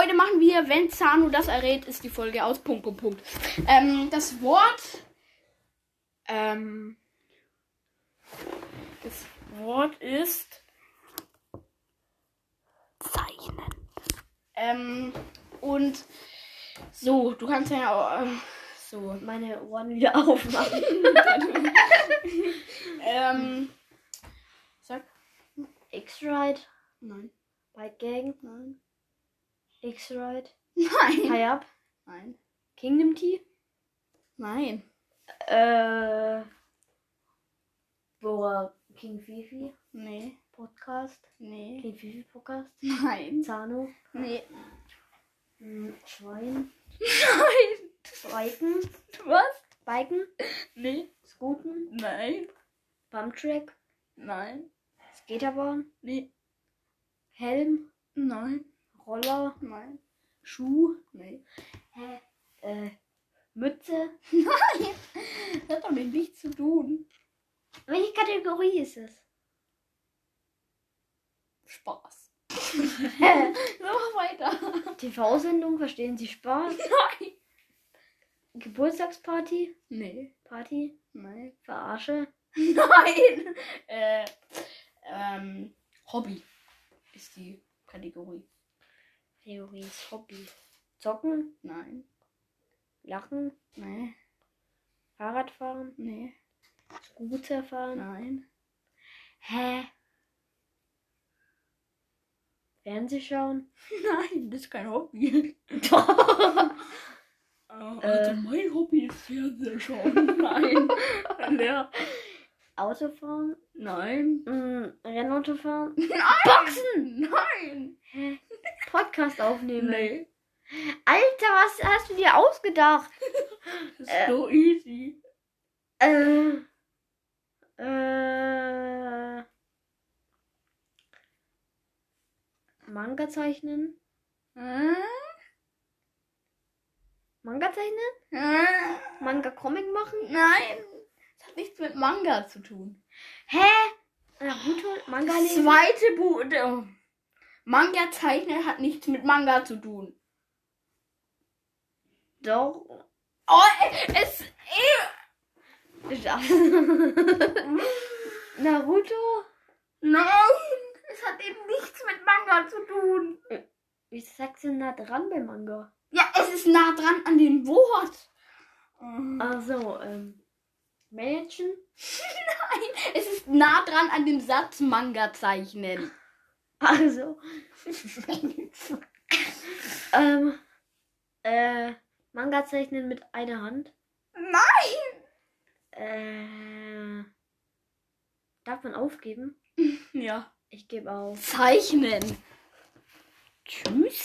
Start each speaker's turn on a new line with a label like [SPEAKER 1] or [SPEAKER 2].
[SPEAKER 1] Folge, wenn Zanu das errät, ist die Folge aus. Punkt, Punkt, Punkt. Ähm, das Wort. Ähm, das Wort ist. Zeichnen. Ähm, und so, du kannst ja auch. ähm, so.
[SPEAKER 2] Meine Ohren wieder aufmachen.
[SPEAKER 1] ähm. Sag.
[SPEAKER 2] X-Ride,
[SPEAKER 1] Nein.
[SPEAKER 2] Bike Gang,
[SPEAKER 1] Nein.
[SPEAKER 2] X-Ride,
[SPEAKER 1] Nein.
[SPEAKER 2] High Up,
[SPEAKER 1] Nein.
[SPEAKER 2] Kingdom Key.
[SPEAKER 1] Nein.
[SPEAKER 2] Äh. Boah, King Fifi
[SPEAKER 1] Nee.
[SPEAKER 2] Podcast.
[SPEAKER 1] Nee.
[SPEAKER 2] King Fifi Podcast.
[SPEAKER 1] Hm. Nein.
[SPEAKER 2] Zano.
[SPEAKER 1] Nee.
[SPEAKER 2] hm, Schwein.
[SPEAKER 1] Nein.
[SPEAKER 2] Biken.
[SPEAKER 1] Was?
[SPEAKER 2] Biken.
[SPEAKER 1] Nee.
[SPEAKER 2] Scooten.
[SPEAKER 1] Nein.
[SPEAKER 2] Bumptrack.
[SPEAKER 1] Nein.
[SPEAKER 2] Skaterbahn.
[SPEAKER 1] Nee.
[SPEAKER 2] Helm.
[SPEAKER 1] Nein.
[SPEAKER 2] Roller.
[SPEAKER 1] Nein.
[SPEAKER 2] Schuh.
[SPEAKER 1] Nee.
[SPEAKER 2] Hä? Äh. Mütze.
[SPEAKER 1] Das hat doch mit nichts zu tun.
[SPEAKER 2] Welche Kategorie ist es?
[SPEAKER 1] Spaß. So, mach weiter.
[SPEAKER 2] TV-Sendung, verstehen Sie Spaß?
[SPEAKER 1] Nein.
[SPEAKER 2] Geburtstagsparty?
[SPEAKER 1] Nee.
[SPEAKER 2] Party?
[SPEAKER 1] Nein.
[SPEAKER 2] Verarsche?
[SPEAKER 1] Nein. Äh, ähm, Hobby ist die Kategorie.
[SPEAKER 2] Theories, Hobby. Zocken?
[SPEAKER 1] Nein.
[SPEAKER 2] Lachen?
[SPEAKER 1] Nee.
[SPEAKER 2] Fahrradfahren?
[SPEAKER 1] Nee.
[SPEAKER 2] Scooter fahren?
[SPEAKER 1] Nein.
[SPEAKER 2] Hä? Fernseh schauen?
[SPEAKER 1] Nein, das ist kein Hobby. Äh,
[SPEAKER 2] Äh.
[SPEAKER 1] Also mein Hobby ist Fernsehen schauen. Nein. ja.
[SPEAKER 2] Autofahren?
[SPEAKER 1] Nein.
[SPEAKER 2] Mm, Rennauto fahren?
[SPEAKER 1] Boxen! Nein!
[SPEAKER 2] Hä? Podcast aufnehmen?
[SPEAKER 1] Nee.
[SPEAKER 2] Alter, was hast du dir ausgedacht?
[SPEAKER 1] Das ist
[SPEAKER 2] Äh.
[SPEAKER 1] so easy.
[SPEAKER 2] Äh. Äh. Manga zeichnen?
[SPEAKER 1] Äh?
[SPEAKER 2] Manga zeichnen?
[SPEAKER 1] Äh?
[SPEAKER 2] Manga Comic machen?
[SPEAKER 1] Nein! Das hat nichts mit Manga zu tun.
[SPEAKER 2] Hä? Naruto? Manga
[SPEAKER 1] Das
[SPEAKER 2] lesen?
[SPEAKER 1] zweite Buch. äh, Manga zeichnen hat nichts mit Manga zu tun.
[SPEAKER 2] Doch.
[SPEAKER 1] Oh, äh, es. Äh,
[SPEAKER 2] Das. Naruto?
[SPEAKER 1] nein! Es hat eben nichts mit Manga zu tun.
[SPEAKER 2] Wie sagst du denn da dran bei Manga?
[SPEAKER 1] Ja, es ist nah dran an dem Wort. Äh.
[SPEAKER 2] Also, ähm. Managen?
[SPEAKER 1] Es ist nah dran an dem Satz Manga zeichnen.
[SPEAKER 2] Also, ähm. Äh. Manga zeichnen mit einer Hand?
[SPEAKER 1] Nein!
[SPEAKER 2] Äh. Darf man aufgeben?
[SPEAKER 1] Ja.
[SPEAKER 2] Ich gebe auf.
[SPEAKER 1] Zeichnen. Tschüss.